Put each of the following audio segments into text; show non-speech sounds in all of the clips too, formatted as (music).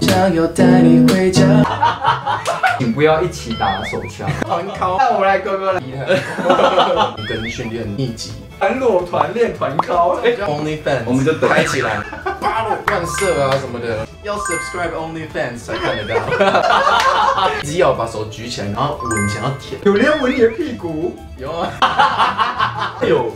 想要带你回家。请不要一起打手枪。团考，那我们来哥哥来，跟训练秘籍团裸团练团考， OnlyFans，我们就拍起来，八路乱射啊什么的，要 subscribe OnlyFans 才看得到。只要把手举起来，然后吻，想要舔，有人闻你的屁股，有啊，有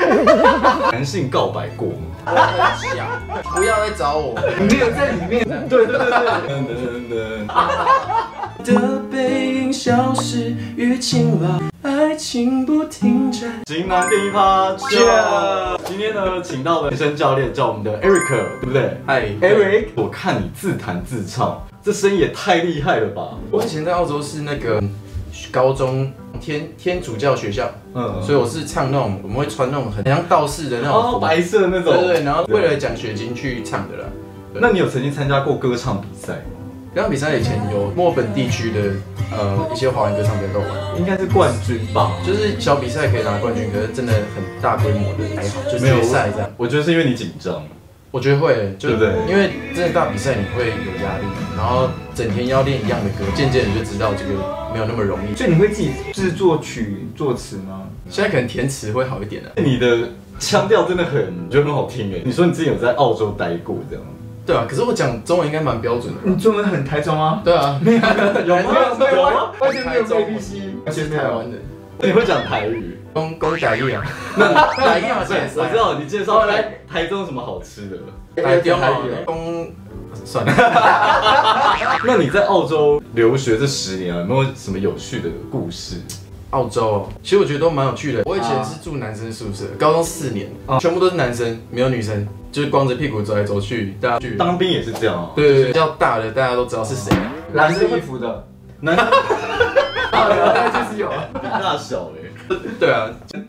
哎男性告白过吗？我很想，不要再找 (laughs) 我。你没有在里面，对对对对，噔噔噔，的背影消失于晴朗，爱情不停站。型男第一趴秀。今天呢，请到了健身教练，叫我们的 Eric，对不对嗨？Eric，我看你自弹自唱，这声音也太厉害了吧？我以前在澳洲是那个高中天天主教学校，嗯，所以我是唱那种我们会穿那种很像道士的那种哦，服，白色那种，对对对，然后为了奖学金去唱的啦。那你有曾经参加过歌唱比赛吗？刚刚比赛以前有墨本地区的呃一些华人歌唱比赛都玩，应该是冠军吧？就是小比赛可以拿冠军，可是真的很大规模的还好，就是没有决赛这样。我觉得是因为你紧张。我觉得会，就对不对因为真的大比赛你会有压力，然后整天要练一样的歌，渐渐你就知道这个没有那么容易。所以你会自己制作曲作词吗？现在可能填词会好一点了、啊你的腔调真的很，就很好听哎。你说你之前有在澳洲待过这样？对啊，可是我讲中文应该蛮标准的。 (laughs) 你中文很台中啊，对啊，没有有没有没有，啊完全没有台中 A B C，我是台湾的，你会讲台语？公公打一 (laughs) 啊，那打一啊，对，我知道你介绍来台中有什么好吃的。打丢台啊语啊，公算了，那你在澳洲留学这十年啊，有没有什么有趣的故事？澳洲，哦其实我觉得都蛮有趣的。我以前是住男生宿舍，高中四年，全部都是男生，没有女生，就是光着屁股走来走去，大家去。当兵也是这样啊。对对对，比较大的大家都知道是谁。蓝色衣服 (laughs) 的，男啊，那就是有啊，比大小哎、对啊，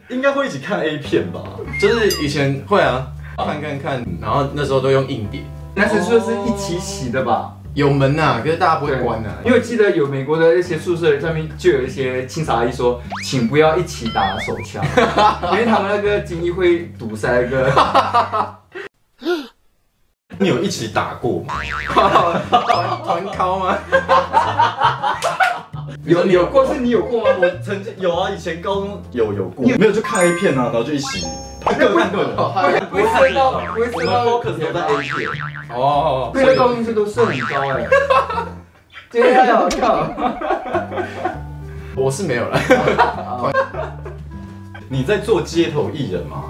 应该会一起看 A 片吧？就是以前会啊，看看看，然后那时候都用硬碟，男生宿舍是一起洗的吧？有门呐、可是大家不会对，关啊 (laughs) 呐、因为记得有美国的一些宿舍上面就有一些青少阿姨说，请不要一起打手 (laughs) 枪，因为他们那个精液会堵塞那个。你有一起打过吗？团团考吗？ (laughs) 有有过是你有过吗？我曾经有啊，以前高中有有过，没有就看 A 片啊，然后就一起各看各的。我 (laughs) 不会射到，不会我射们到 focus 都在 A 片。哦，对，那高中生都射很高 (laughs) 哎。今天要靠，我是没有了。你在做街头艺人吗？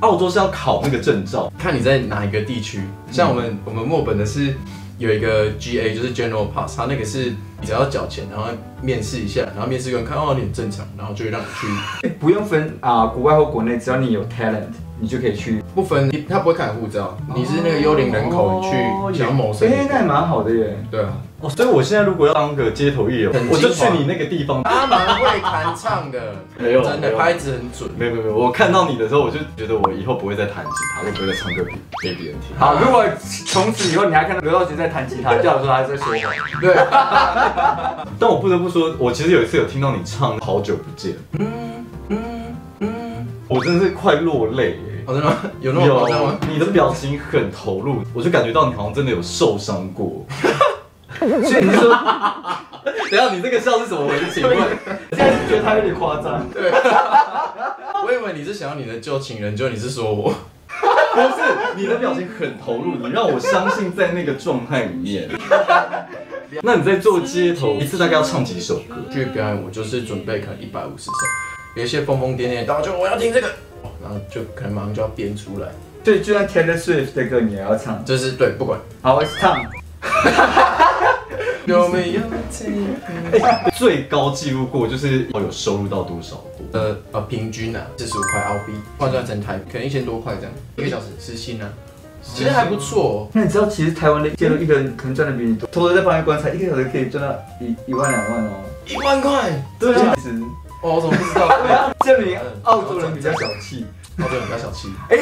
澳洲是要考那个证照，看你在哪一个地区，像我们、我们墨本的是有一个 GA，就是 General Pass，它那个是你只要缴钱，然后面试一下，然后面试官看哦你很正常，然后就会让你去，不用分啊，国外或国内，只要你有 talent，你就可以去。不分你他不会看你护照，你是那个幽灵人口，你去想要谋生，哎，那还蛮好的耶。对啊，哦，所以我现在如果要当个街头艺很人，我就精去华你那个地方。他蛮会弹唱的，没有真没的有拍子很准。没有没有没有，我看到你的时候，我就觉得我以后不会再弹吉他，我也不会再唱歌给给别人听。好，如果从此以后你还看到刘道杰在弹吉他，就好说他在说谎。对，但我不得不说，我其实有一次有听到你唱《好久不见》，嗯我真的是快落泪耶。哦真的吗？有那么夸张吗？你的表情很投入，我就感觉到你好像真的有受伤过。所以你是说， (laughs) 等一下你这个笑是怎么回事？请问现在是觉得他有点夸张。我以为你是想要你的旧情人，就你是说我， (laughs) 不是，你的表情很投入，你让我相信在那个状态里 (laughs) 面。那你在做街头一次大概要唱几首歌？去表演我就是准备可能一百五十首，有一些疯疯癫癫，然后就我要听这个，哦然后就可能马上就要编出来，对，就像 Taylor Swift 的歌你也要唱。就是对，不管好，我唱。有没有听？最高记录过就是哦有收入到多少过？呃呃，平均啊，四十五块澳币，换算成台币可能一千多块这样，一个小时时薪啊，其实还不错、哦。那你知道，其实台湾的街头艺人可能赚的比你多，偷偷在旁边观察，一个小时可以赚到一一万两万哦。一万块，对啊，其实哦，我怎么不知道？哦澳证明澳洲人比较小气。洲人比较小气，哎，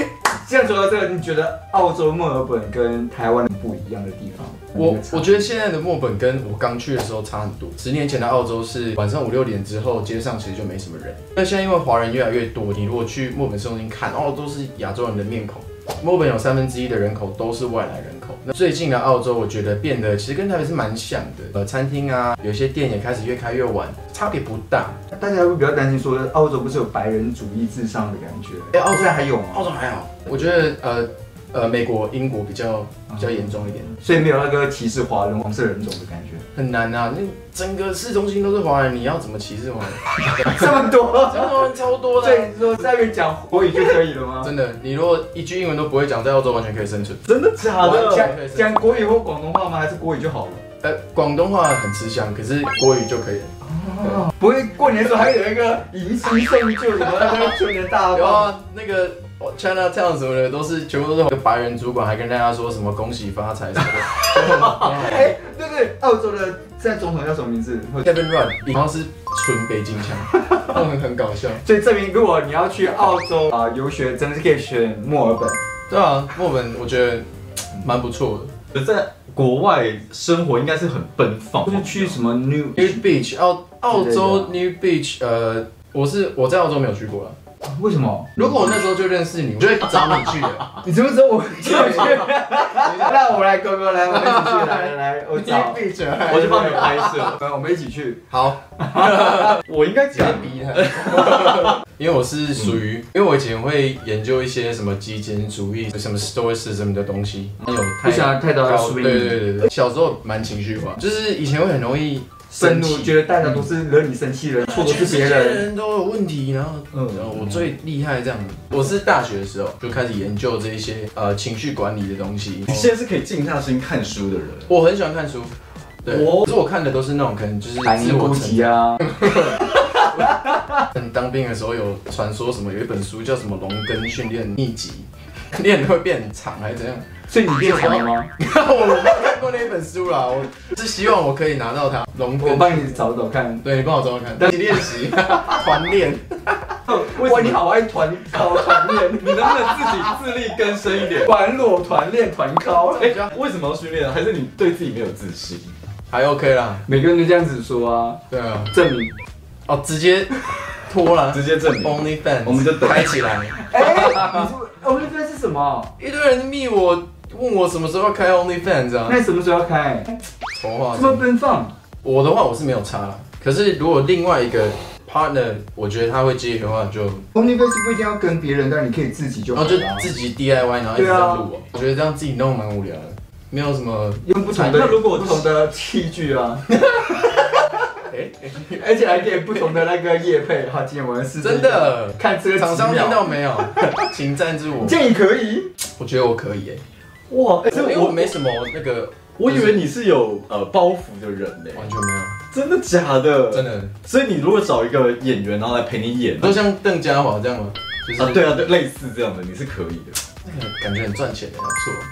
这样说到这个，你觉得澳洲墨尔本跟台湾不一样的地方？我我觉得现在的墨本跟我刚去的时候差很多。十年前的澳洲是晚上五六点之后，街上其实就没什么人。那现在因为华人越来越多，你如果去墨本市中心看，哦，都是亚洲人的面孔。墨本有三分之一的人口都是外来人口，那最近的澳洲，我觉得变得其实跟台北是蛮像的，呃，餐厅啊，有一些店也开始越开越晚，差别不大。大家会比较担心说，澳洲不是有白人主义至上的感觉？哎、澳洲还有吗？澳洲还好，我觉得呃呃，美国、英国比较比较严重一点，所以没有那个歧视华人、黄色人种的感觉。 (laughs) 很难啊。那整个市中心都是华人，你要怎么歧视华人？这么多，然后华人超多的。所啊以说在那边讲国语就可以 (laughs) 了吗？真的，你如果一句英文都不会讲，在澳洲完全可以生存。真的假完的？全讲可以生存讲国语或广东话吗？还是国语就好了？呃，广东话很吃香，可是国语就可以了。不会过年的时候还有一个迎新送旧，有那个春节大有炮，啊，那个 China Town 什么的，都是全部都是个白人主管，还跟大家说什么恭喜发财什么的。哎，对对，澳洲的现在总统叫什么名字？会 Kevin Run 好像是纯北京腔，那很很搞笑。所以证明，如果你要去澳洲啊、游学，真的是可以选墨尔本。对啊，墨尔本我觉得蛮不错的，可呃在国外生活应该是很奔放，就是去什么 New， New Beach 澳澳洲 New Beach 呃，我是我在澳洲没有去过了。为什么？如果我那时候就认识你，我就会找你 (laughs) 去的。你知不知道我 (laughs) 去？那我们来，哥哥来，我们一起去，来来来，我找 New，Beach 啊我就帮你拍 (laughs) 摄。我们一起去。好，我应该直接讲逼他。因为我是属于，因为我以前会研究一些什么极简主义、什么 stoicism 的东西，有嗯不想要太大的高输对赢对对对，小时候蛮情绪化，就是以前会很容易愤生怒，气，觉得大家都是惹你生气的人，错都是别人。 (laughs) 人都有问题，然后，嗯嗯，然后我最厉害这样。我是大学的时候就开始研究这一些呃情绪管理的东西你，现在是可以静下心看书的人。我很喜欢看书，对，哦可是我看的都是那种可能就是百自年我孤成寂啊，嗯，当兵的时候有传说什么，有一本书叫什么《龙根训练秘籍》， (laughs) 练得会变很长还是怎样？ (laughs) 所以你变强了吗？我没有看过那一本书啦，我是希望我可以拿到它。龙我根，帮你找找看。对你帮我找找看，一起练习 (laughs) 团练。为哇，什你么？好爱团高团练， (laughs) 你能不能自己自力更生一点？团裸团练团 (laughs) 高。哎、为什么要训练？还是你对自己没有自信？还 OK 啦，每个人都这样子说啊，对啊，证明。哦，直接脱了 (laughs) 直接证明， ，Only Fans，我们就等开起来。哎，你说 OnlyFans 是什么？一堆人密我，问我什么时候要开 Only Fans 啊那？你什么时候要开？丑话这哎说，么奔放？我的话我是没有差啦，可是如果另外一个 partner，我觉得他会介意的话就。 OnlyFans 不一定要跟别人，但你可以自己就然哦好后就了啊。自己 DIY，然后一啊直在录哦、我觉得这样自己弄蛮无聊的，没有什么。用不同的那如果不同的器具 (laughs) 啊，哎、而且还给不同的那个叶配。好，今天我们试试真的，看这个 (laughs) 厂商几听秒，到没有？请赞助我。建议可以。我觉得我可以哎、哇，哎、因为这我我没什么那个，我以为你是有呃包袱的人呢、完全没有，真的假的？真。的。所以你如果找一个演员，然后来陪你演，都像邓家华这样吗？就是、啊，对啊，对，类似这样的，你是可以的。那个感觉很赚钱的，还不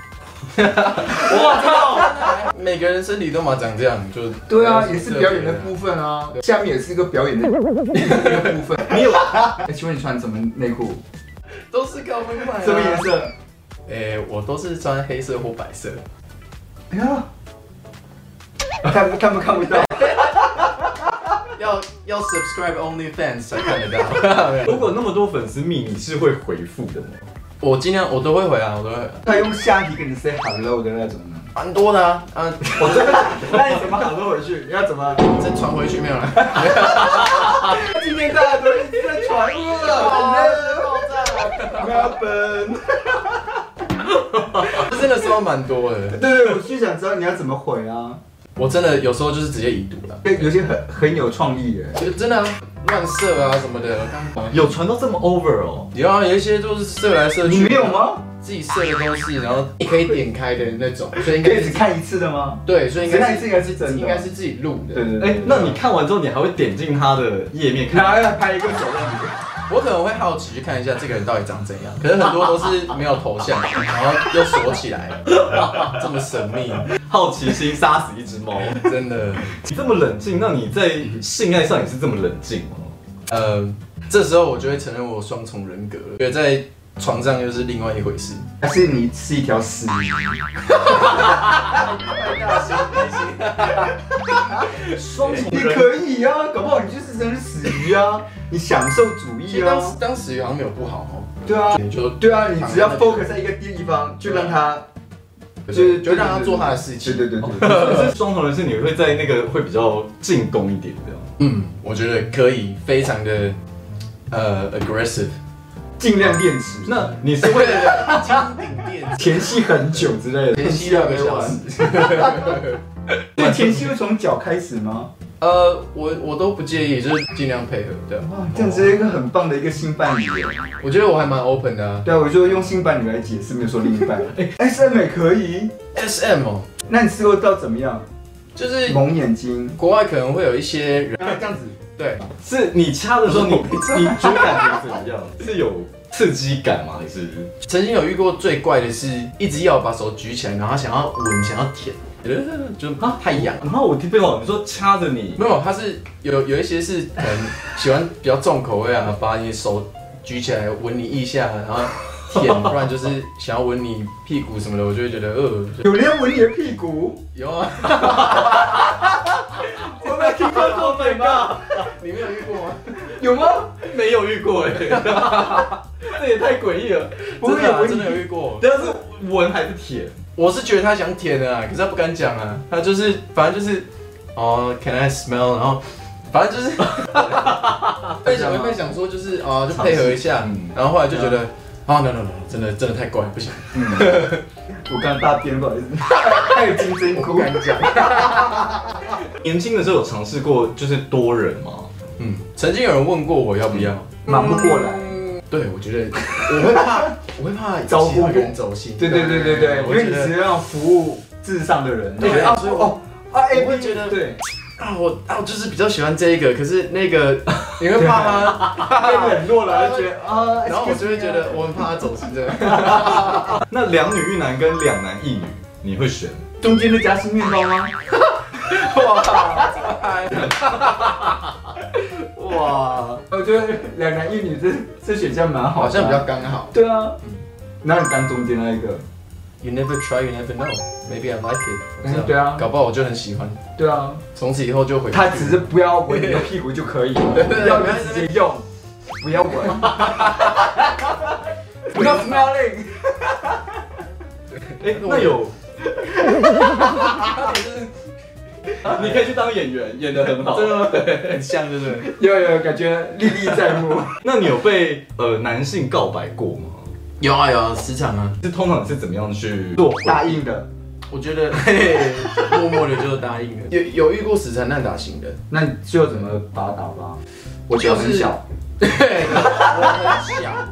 (laughs) 我靠！错。每个人身体都嘛长这样，就哦呃对啊，也是表演的部分啊，下面也是一个表演的一个部 (laughs) 分。你有哎，请问你穿什么内裤？都是高分派、啊。什么颜？色？哎、我都是穿黑色或白色。哎呀，看不看不看不到？要要 subscribe only fans 才看得 (laughs) 到。 (laughs) 如果那么多粉丝密，你是会回复的吗？我尽量我都会回啊，我都会回啊。他用下体跟你 say hello 的那种呢？蛮多的啊，啊，我真的假的？那你怎么 hello 回去？你要怎么？再传回去没有了？今天大家都是在传了，要本。这 (laughs) 真的收到蛮多的，对，我就想知道你要怎么回啊？我真的有时候就是直接已读了，对，有些很很有创意耶。就真的啊乱射啊什么的，我刚刚有传到这么 over 哦？有啊，有一些都是射来射去，啊你没有？吗？自己射的东西，然后你可以点开的那种，所以应可该以只是看一次的吗？对，所以应只看该一是次应该是真的，应该是自己录的。对对对。哎、那你看完之后，你还会点进他的页 (laughs) 面看？然后要拍一个手让你我可能会好奇去看一下这个人到底长怎样，可是很多都是没有头像，然后又锁起来，这么神秘，好奇心杀死一只猫。真的。你这么冷静，那你在性爱上也是这么冷静吗？呃，这时候我就会承认我有双重人格了，觉得在床上又是另外一回事。还是你是一条 (laughs) 死鱼？双重你可以啊，搞不好你就是真的死鱼啊，你享受主其义实啊当。时当时好像没有不好哦，对啊，你就对啊，你只要 focus 在一个地方，就让它对就是就让他做他的事对情。对对对，可是双头人是你会在那个会比较进攻一点这样。嗯，我觉得可以，非常的呃 aggressive， (laughs) 尽量练习，那你是为了金顶 (laughs) 店前戏很久之类的，前期两个小时。对，前戏会从脚开始吗？呃，我我都不介意，就是尽量配合，对啊。哇，这样子一个很棒的一个新伴侣耶。我觉得我还蛮 open 的、啊。对啊，我就用新伴侣来解释，没有说另一 (laughs) 半。S M 也可以， S M 哦，那你试过到怎么样？就是蒙眼睛，国外可能会有一些人，然后这样子，对，是你掐的时候，你你主感觉怎么样？是有刺激感吗？还是曾经有遇过最怪的是，一直要把手举起来，然后他想要吻，想要舔，呃就太痒。然后我听不懂，你说掐着你，没有，他是有有一些是可能喜欢比较重口味啊，把你手举起来吻你一下，然后舔，不然就是想要吻你屁股什么的，我就会觉得呃，就有人闻你的屁股，有啊，我没有听过过分吧？你没有遇过吗？有吗？没有遇过哎、 (laughs) 这也太诡异了。不会真的、啊、有真的闻有你，遇过，但是闻还是舔，我是觉得他想舔的啊，可是他不敢讲啊，他就是反正就是哦、c a n I smell，然后反正就是 (laughs) 被想被想说就是哦、就配合一下，嗯然后后来就觉得啊、no no no，真的真的太怪，不行，嗯 (laughs) 我刚刚大便，不好意思， (laughs) 还有金针菇，讲。年轻的时候有尝试过就是多人吗？嗯，曾经有人问过我要不要，忙嗯不过来。对我觉得我会怕，我会怕招呼其他人走心。对对对对对，因我为觉你是得让服务至上的人，对啊所以我哦啊，A 我会 B 觉得 (laughs) 对，啊，我啊，我就是比较喜欢这一个，可是那个 (laughs) 你会怕他，被冷落了，就觉得啊， (laughs) 然后我 excuse 就会觉 me 啊得我很怕他走心这样。那两女一男跟两男一女，你会选？中间的夹心面 (laughs) 包吗？哇，我觉得两男一女这这选项蛮好 (laughs) 的，啊好像比较刚好。对啊。那你当中间那一个， You never try, you never know. Maybe I like it. 我知道嗯对啊搞不好我就很喜欢，对啊，从此以后就回不去。他只是不要闻你的屁股就可 (laughs) 以，对对对不要直接用，不要闻， (laughs) 不要 smelling，哎、那有， (laughs) 你可以去当演员，演得很好。真的吗很像，对不对？有有感觉历历在目。那你有被呃男性告白过吗？有啊有啊，时常啊。是通常是怎么样去做？答应的，我觉得嘿，默默的就答应了。有有遇过死缠烂打型的，那你最后怎么把他打发？我就是脚很小，对，我很想，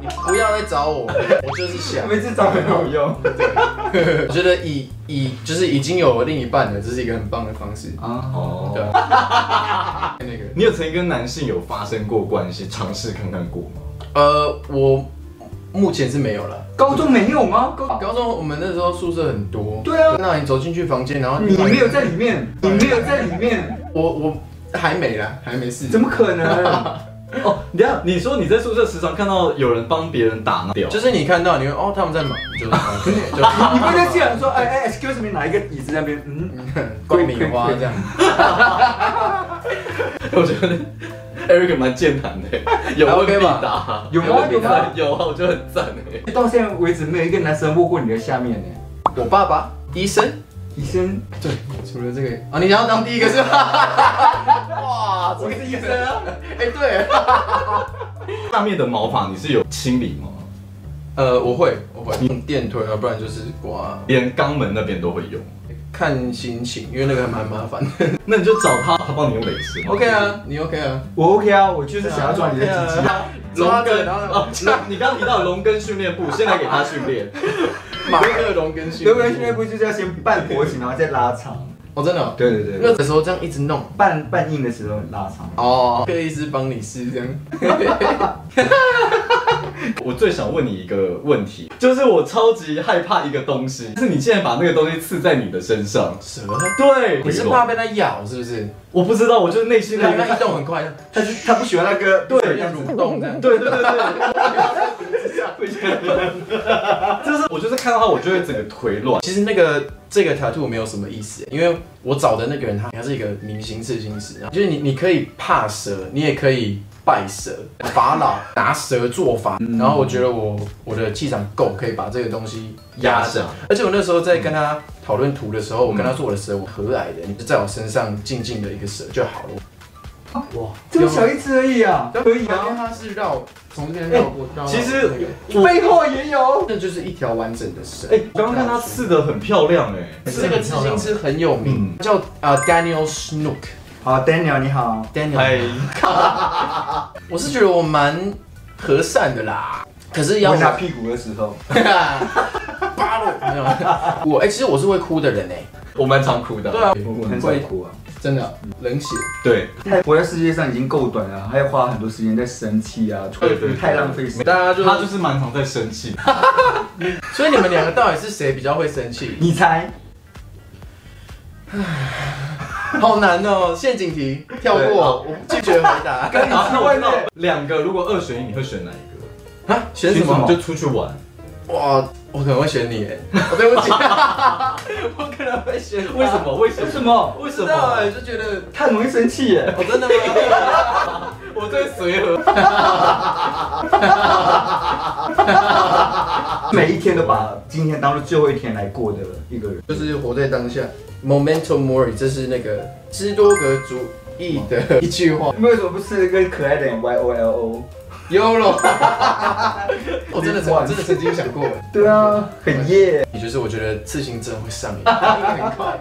你不要再找我，我就是想。每次找没有用我觉得已已就是已经有另一半了，这是一个很棒的方式。啊。哦，对那个，你有曾经跟男性有发生过关系，尝试看看过吗？呃，我目前是没有了。高中没有吗？高高中我们那时候宿舍很多，对啊那你走进去房间，然后你没有，在里面，你没有在里面，我我还没啦，还没事，怎么可 (laughs) 能？哦，你看，你说你在宿舍时常看到有人帮别人打掉，就是你看到你会哦他们在忙，就是哦就你不会这样说，哎哎，excuse me，哪一个椅子那边？嗯， (laughs) 爆米花这样。 (laughs) 我觉得 Eric 蛮健谈的， (laughs) 有问必 OK 吧答，有吗问必答有吗有啊，我觉得很赞哎。到现在为止没有一个男生握过你的下面呢。我爸爸医生，医生，对，除了这个啊，你想要当第一个是吧？ (laughs) 哇，这我个是医生啊。哎、对，下面的毛发你是有清理吗？呃，我会我会用电推啊，不然就是刮，连肛门那边都会用，看心情，因为那个还蛮麻烦。 (laughs) 那你就找他，他帮你用蕾丝。 OK。啊，你 OK 啊，我 OK 啊，我就是想要抓你的鸡鸡 (laughs) 啊。龙根然后呢哦，那你刚刚提到龙根训练部，先来给他训练。马克龙跟训刘文轩不就是要先半勃起，然后再拉长？哦，真的、哦，对对那对，个时候这样一直弄。半半硬的时候拉长。哦，克医师帮你试这样，我最想问你一个问题，就是我超级害怕一个东西，但是你竟然把那个东西刺在你的身上。蛇，对，你是怕被它咬是不是？我不知道，我就是内心对，的一它移个。动很快，他是他不喜欢那个对，对要蠕动这样。 (laughs) 对对对对，就是我就是看到它，我就会整个腿软。其实那个这个 tattoo 没有什么意思，因为我找的那个人他他是一个明星刺青师，就是你你可以怕蛇，你也可以拜蛇、法老拿蛇做法，然后我觉得我我的气场够，可以把这个东西压压上上。而且我那时候在跟他讨论图的时候，我跟他说我的蛇我和蔼的，你就在我身上静静的一个蛇就好了。这么小一只而已啊，可以因为啊，它是绕从这边绕过，绕到其实那个背后也有。那就是一条完整的蛇。哎、刚刚看他刺的很漂亮哎、这个刺青师很有名，叫啊 Daniel Snook。好，Daniel 你好， Daniel，嗨，我是觉得我蛮和善的啦，可是要我我 (laughs) 拿屁股的时候，扒了没有？我哎、其实我是会哭的人哎、我蛮常哭的。对啊，我很少哭啊。真的冷血。对，活在世界上已经够短了，还要花很多时间在生气啊，对对对太浪费时间。大家就他就是蛮常在生气。所以你们两个到底是谁比较会生气？你猜？好难哦、陷阱题跳对过，我拒绝回答。跟你是外面两个，如果二选一，你会选哪一个？啊，选什么？就出去玩。哇，我可能会选你哎、哦对不起，我可能会选他为什？么？为什为么？什么？为什么？哎、就觉得太容易生气耶！哦，真的吗？我最随和。每一天都把今天当做最后一天来过的一个人。就是活在当下，momento mori，这是那个斯多格主义的一句话。你为什么不是跟可爱的 Y O L O？ YOLO，我真的曾我真的曾经想过，对啊，很耶。也就是我觉得刺青真的会上瘾，很快。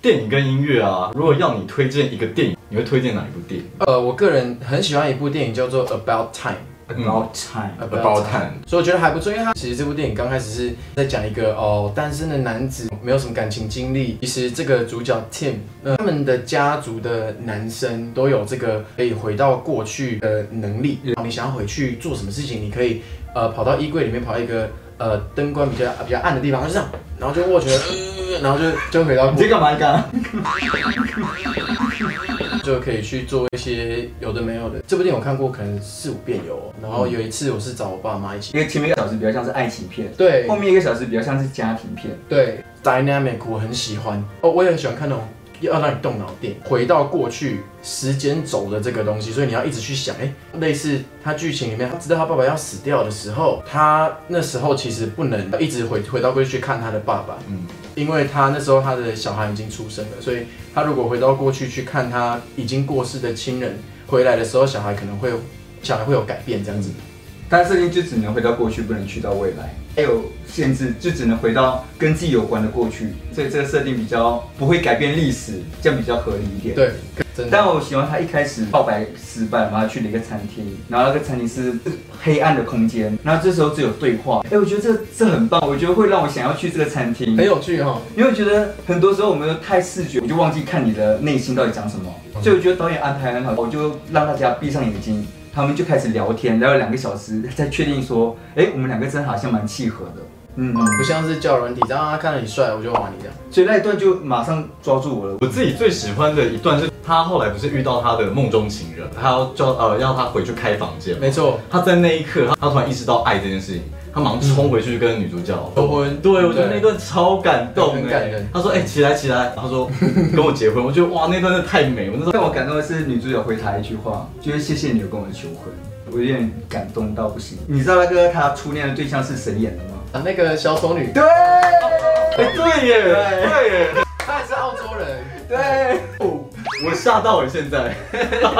电影跟音乐啊，如果要你推荐一个电影，你会推荐哪一部电影？呃，我个人很喜欢一部电影叫做《About Time》。呃 About time， About Time 所以我觉得还不错，因为它其实这部电影刚开始是在讲一个哦单身的男子，没有什么感情经历。其实这个主角 Tim，、呃、他们的家族的男生都有这个可以回到过去的能力。你想要回去做什么事情，你可以呃跑到衣柜里面，跑到一个呃灯光比较比较暗的地方，就这样，然后就握拳，呃、然后就就回到过你在干嘛？你干嘛？就可以去做一些有的没有的。这部电影我看过可能四五遍有哦，然后有一次我是找我爸妈一起，因为前面一个小时比较像是爱情片，对后面一个小时比较像是家庭片。对，dynamic 我很喜欢哦，我也很喜欢看那种要让你动脑的电影，回到过去时间轴的这个东西，所以你要一直去想，哎，类似他剧情里面，他知道他爸爸要死掉的时候，他那时候其实不能一直回回到过去去看他的爸爸，嗯，因为他那时候他的小孩已经出生了，所以他如果回到过去去看他已经过世的亲人回来的时候，小孩可能会有小孩会有改变这样子。但设定就只能回到过去，不能去到未来，还有限制，就只能回到跟自己有关的过去。所以这个设定比较不会改变历史，这样比较合理一点。。对，真的。但我喜欢他一开始告白失败嘛，他去了一个餐厅，然后那个餐厅是黑暗的空间，然后这时候只有对话。哎、我觉得这这很棒，我觉得会让我想要去这个餐厅很。有趣哈、哦，因为我觉得很多时候我们都太视觉，我就忘记看你的内心到底讲什么，所以我觉得导演安排很好，我就让大家闭上眼睛，他们就开始聊天，聊了两个小时，才确定说，哎，我们两个真的好像蛮契合的，嗯，不像是叫软体，然后他看到你帅，我就玩你这样。所以那一段就马上抓住我了。我自己最喜欢的一段是他后来不是遇到他的梦中情人，他要叫呃要他回去开房间，没错，他在那一刻，他他突然意识到爱这件事情，他马上冲回去跟女主角求婚对，我觉得对那段超感动，很感人哎他说：“哎、起来起来。”他说：“跟我结婚。”我觉得哇，那段真的太美。我那时候让我感动的是女主角回他一句话，就是谢谢你有跟我求婚，我有点感动到不行。你知道那个他初恋的对象是谁演的吗？啊，那个小丑女，对，哎、对耶，对耶，她也是澳洲人。对，我吓到了现在。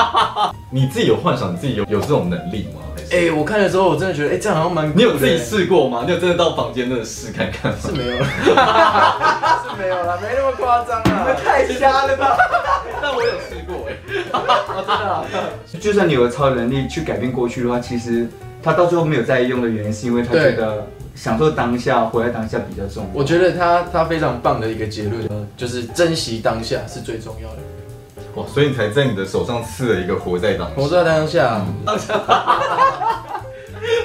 (laughs) 你自己有幻想，你自己有有这种能力吗？还是哎、我看的时候我真的觉得，哎、这样好像蛮酷的……你有自己试过吗？你有真的到房间真的试看 (laughs) 看吗？是没有了， (laughs) 是没有了，没那么夸张啊。太瞎了吧！但我有试过哎、就算你有超能力去改变过去的话，其实他到最后没有再用的原因，是因为他觉得享受当下、活在当下比较重要。我觉得他他非常棒的一个结论，呃就是珍惜当下是最重要的。哇，哦所以你才在你的手上刺了一个活在当活在下。当下，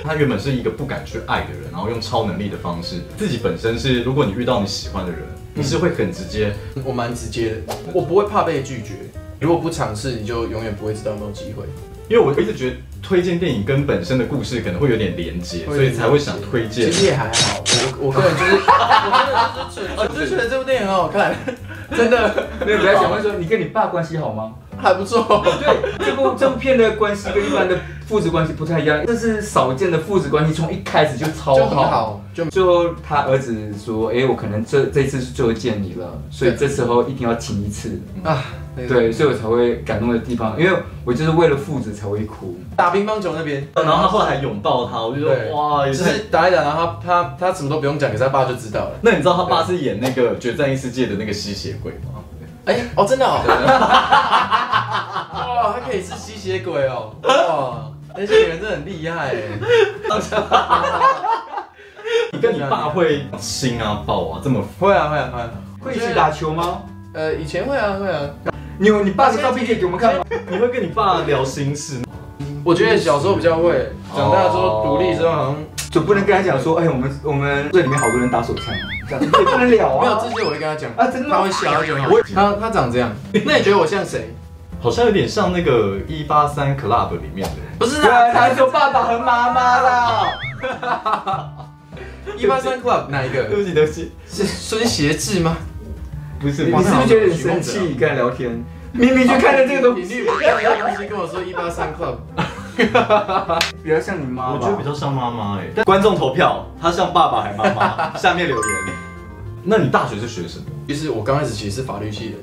他原本是一个不敢去爱的人，然后用超能力的方式，自己本身是，如果你遇到你喜欢的人，你是会很直接，我蛮直接的，我不会怕被拒绝。如果不尝试，你就永远不会知道有没有机会。因为我一直觉得推荐电影跟本身的故事可能会有点连接，会有所以才会想推荐其。实也还好，我我个人就是，我真的哦就是纯，我就是觉得这部电影很好看，真的 (laughs) 没有，不要想问说你跟你爸关系好吗？还不错。对，这部这部片的关系跟一般的父子关系不太一样，这是少见的父子关系，从一开始就超就好。很好，就最后他儿子说：“哎、我可能这这一次是最后见你了，所以这时候一定要请一次。啊，那个对，所以我才会感动的地方，因为我就是为了父子才会哭。打乒乓球那边，哦然后他后来还拥抱他，我就对说哇，也只是。是打一打，然后他他他什么都不用讲，给他爸就知道了。那你知道他爸是演那个《决战异世界》的那个吸血鬼 (laughs) 吗？哎，哦，真的哦，哇，他可以是吸血鬼哦，哇，那些演员真的很厉害哎，你跟你爸会亲啊抱啊这么会啊会啊会啊，会一起打球吗？呃，以前会啊会啊，你有你爸的照片可以给我们看吗？ (laughs) 你会跟你爸聊心事？我觉得小时候比较会，长大之后独立之后好像就不能跟他讲说，哎、我们我们这里面好多人打手枪，这样子也不能聊没有这啊。些我会跟他讲啊真的吗他会笑，他觉得很好他他长这样，那你觉得我像谁？好像有点像那个一八三 club 里面的，不是对啊啊，，他说爸爸和妈妈啦。一八三 club 哪一个？对不起对不起，是孙协志吗？不是你哇是不是觉得很生那好气？跟他聊天，明明就看着这个东频西，率不一样的东西跟我说一八三 club，比较像你妈吧。我觉得比较像妈妈哎。观众投票，他像爸爸还妈 (laughs) 妈？下面留言。那你大学是学什么？就是我刚开始其实是法律系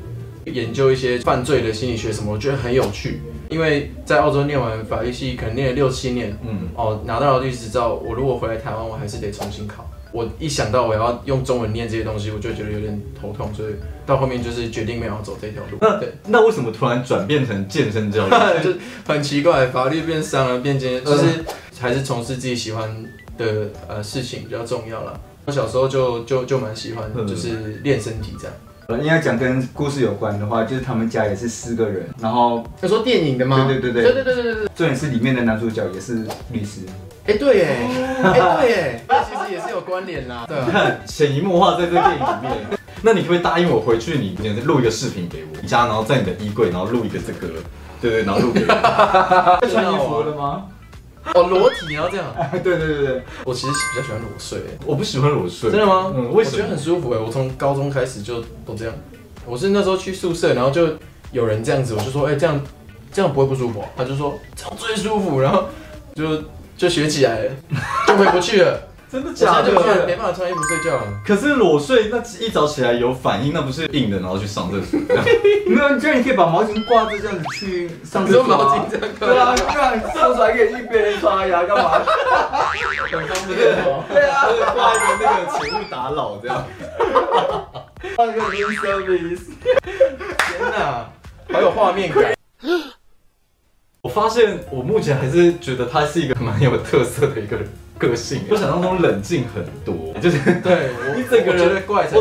的，研究一些犯罪的心理学什么，我觉得很有趣。因为在澳洲念完法律系，可能念了六七年，嗯，哦，拿到了律师执照，我如果回来台湾，我还是得重新考。我一想到我要用中文念这些东西，我就觉得有点头痛，所以到后面就是决定没有要走这条路。那对，那为什么突然转变成健身教练？ (laughs) 就很奇怪，法律变商了，变兼，就是还是从事自己喜欢的呃事情比较重要啦。我小时候就就就蛮喜欢，嗯就是练身体这样。应该讲跟故事有关的话，就是他们家也是四个人，然后你说电影的吗？对对对对对对对对对对。重点是里面的男主角也是律师，哎，对耶，哦哎对耶，这其实也是有关联啦。对你啊，看潜移默化在这个电影里面。那你可不可以答应我回去，你录一个视频给我，你家然后在你的衣柜，然后录一个这个，对对，然后录给我。要穿衣服了吗？哦，裸体然后这样。 (laughs) 对对对对，我其实比较喜欢裸睡耶，我不喜欢裸睡，真的吗？嗯，为什我觉得么很？舒服哎，我从高中开始就都这样。我是那时候去宿舍，然后就有人这样子，我就说，哎、这样这样不会不舒服啊、他就说这样最舒服，然后就就学起 (laughs) 来了，就回不去了。真的我现假在就没办法没的？办法穿衣服睡觉了。可是裸睡那一早起来有反应，那不是硬的，然后去上厕所？没有，就是你可以把毛巾挂着这样子去上你厕说所、毛巾这样对啊，对啊，你厕所还可以一边刷牙干嘛？ (laughs) 很方便哦。对啊，就是挂一个那个请勿打扰这样。放个 room service。天哪，好有画面感。 (laughs) 我发现我目前还是觉得他是一个蛮有特色的一个个性，我想象中冷静很多，就是对，我你整个人我觉得怪才。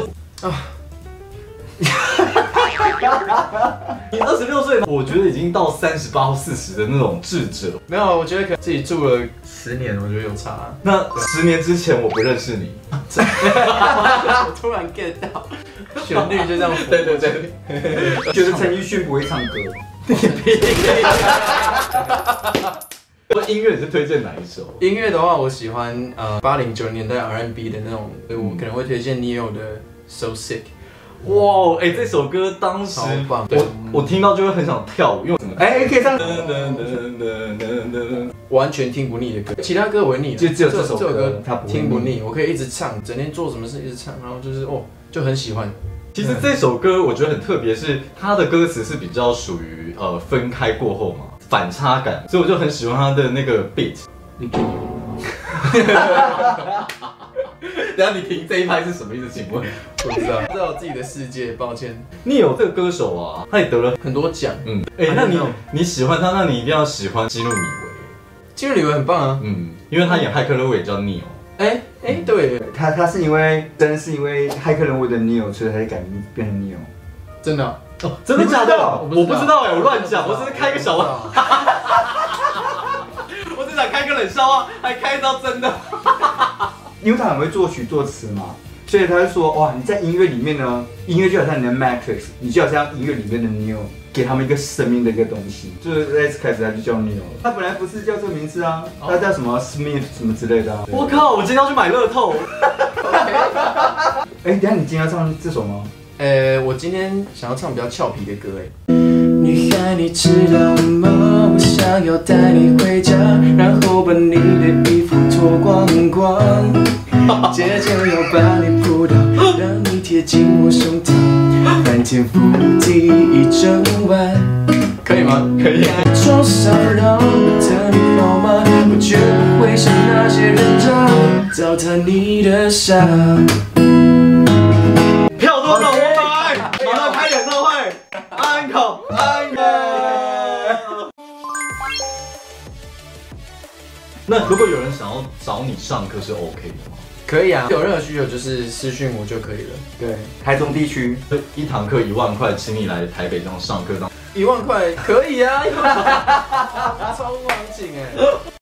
你二十六岁，我觉得已经到三十八或四十的那种智者。没有，我觉得可能自己住了十年，我觉得有差、那十年之前我不认识你，我突然 get 到旋律就这样。 (laughs) 对对对。觉得陈奕迅不会唱歌，我音乐你是推荐哪一首？音乐的话，我喜欢呃八零九年代 R&B 的那种，所以我可能会推荐 Neo 的 So Sick，哇，哎、这首歌当时超棒。对，我嗯我听到就会很想跳舞，因为怎么？哎、可以唱。完全听不腻的歌，其他歌我会腻了，就只有这首歌它不会腻听不腻，我可以一直唱，整天做什么事一直唱，然后就是哦，就很喜欢。其实这首歌我觉得很特别，是它的歌词是比较属于呃分开过后嘛，反差感，所以我就很喜欢它的那个 beat。你可以。等下你停这一拍是什么意思？请问不知道， (laughs) 知道自己的世界，抱歉。你有这个歌手啊，他也得了，很多奖，嗯，哎、那你你喜欢他，那你一定要喜欢基努里维，今日旅游很棒啊。嗯，因为他演骇客任务也叫 Neo。哎哎，对，他他是因为真的是因为骇客人物的 Neo，所以才改名变成 Neo。真的啊，哦，真的假你不知的？道我不知道哎、我乱讲，我只是开个小玩啊玩笑。我只想开个冷笑话，还开到真的。因为他很会作曲作词嘛，所以他就说哇，你在音乐里面呢，音乐就好像你的 Matrix，你就好像音乐里面的 Neo，给他们一个生命的一个东西。就是在开始他就叫 Neo，他本来不是叫这个名字啊，他叫什么 Smith 什么之类的、啊。我靠！我今天要去买乐透，哎、等一下你今天要唱这首吗？呃，我今天想要唱比较俏皮的歌，哎，女孩，你知道吗？我想要带你回家，然后把你的衣服脱光光， (laughs) 接着要把你扑倒，让你贴近我胸膛，翻天覆地一整晚。可以吗？可以。装骚扰的你好吗？我绝不会像那些人渣，糟蹋你的傻。票多少？我买，马上开演唱会，uncle uncle。那如果有人想要找你上课是 OK 的吗？可以啊，有任何需求就是私讯我就可以了。对，台中地区就一堂课一万块，请你来台北这样上课，这样一万块可以啊，超行情哎。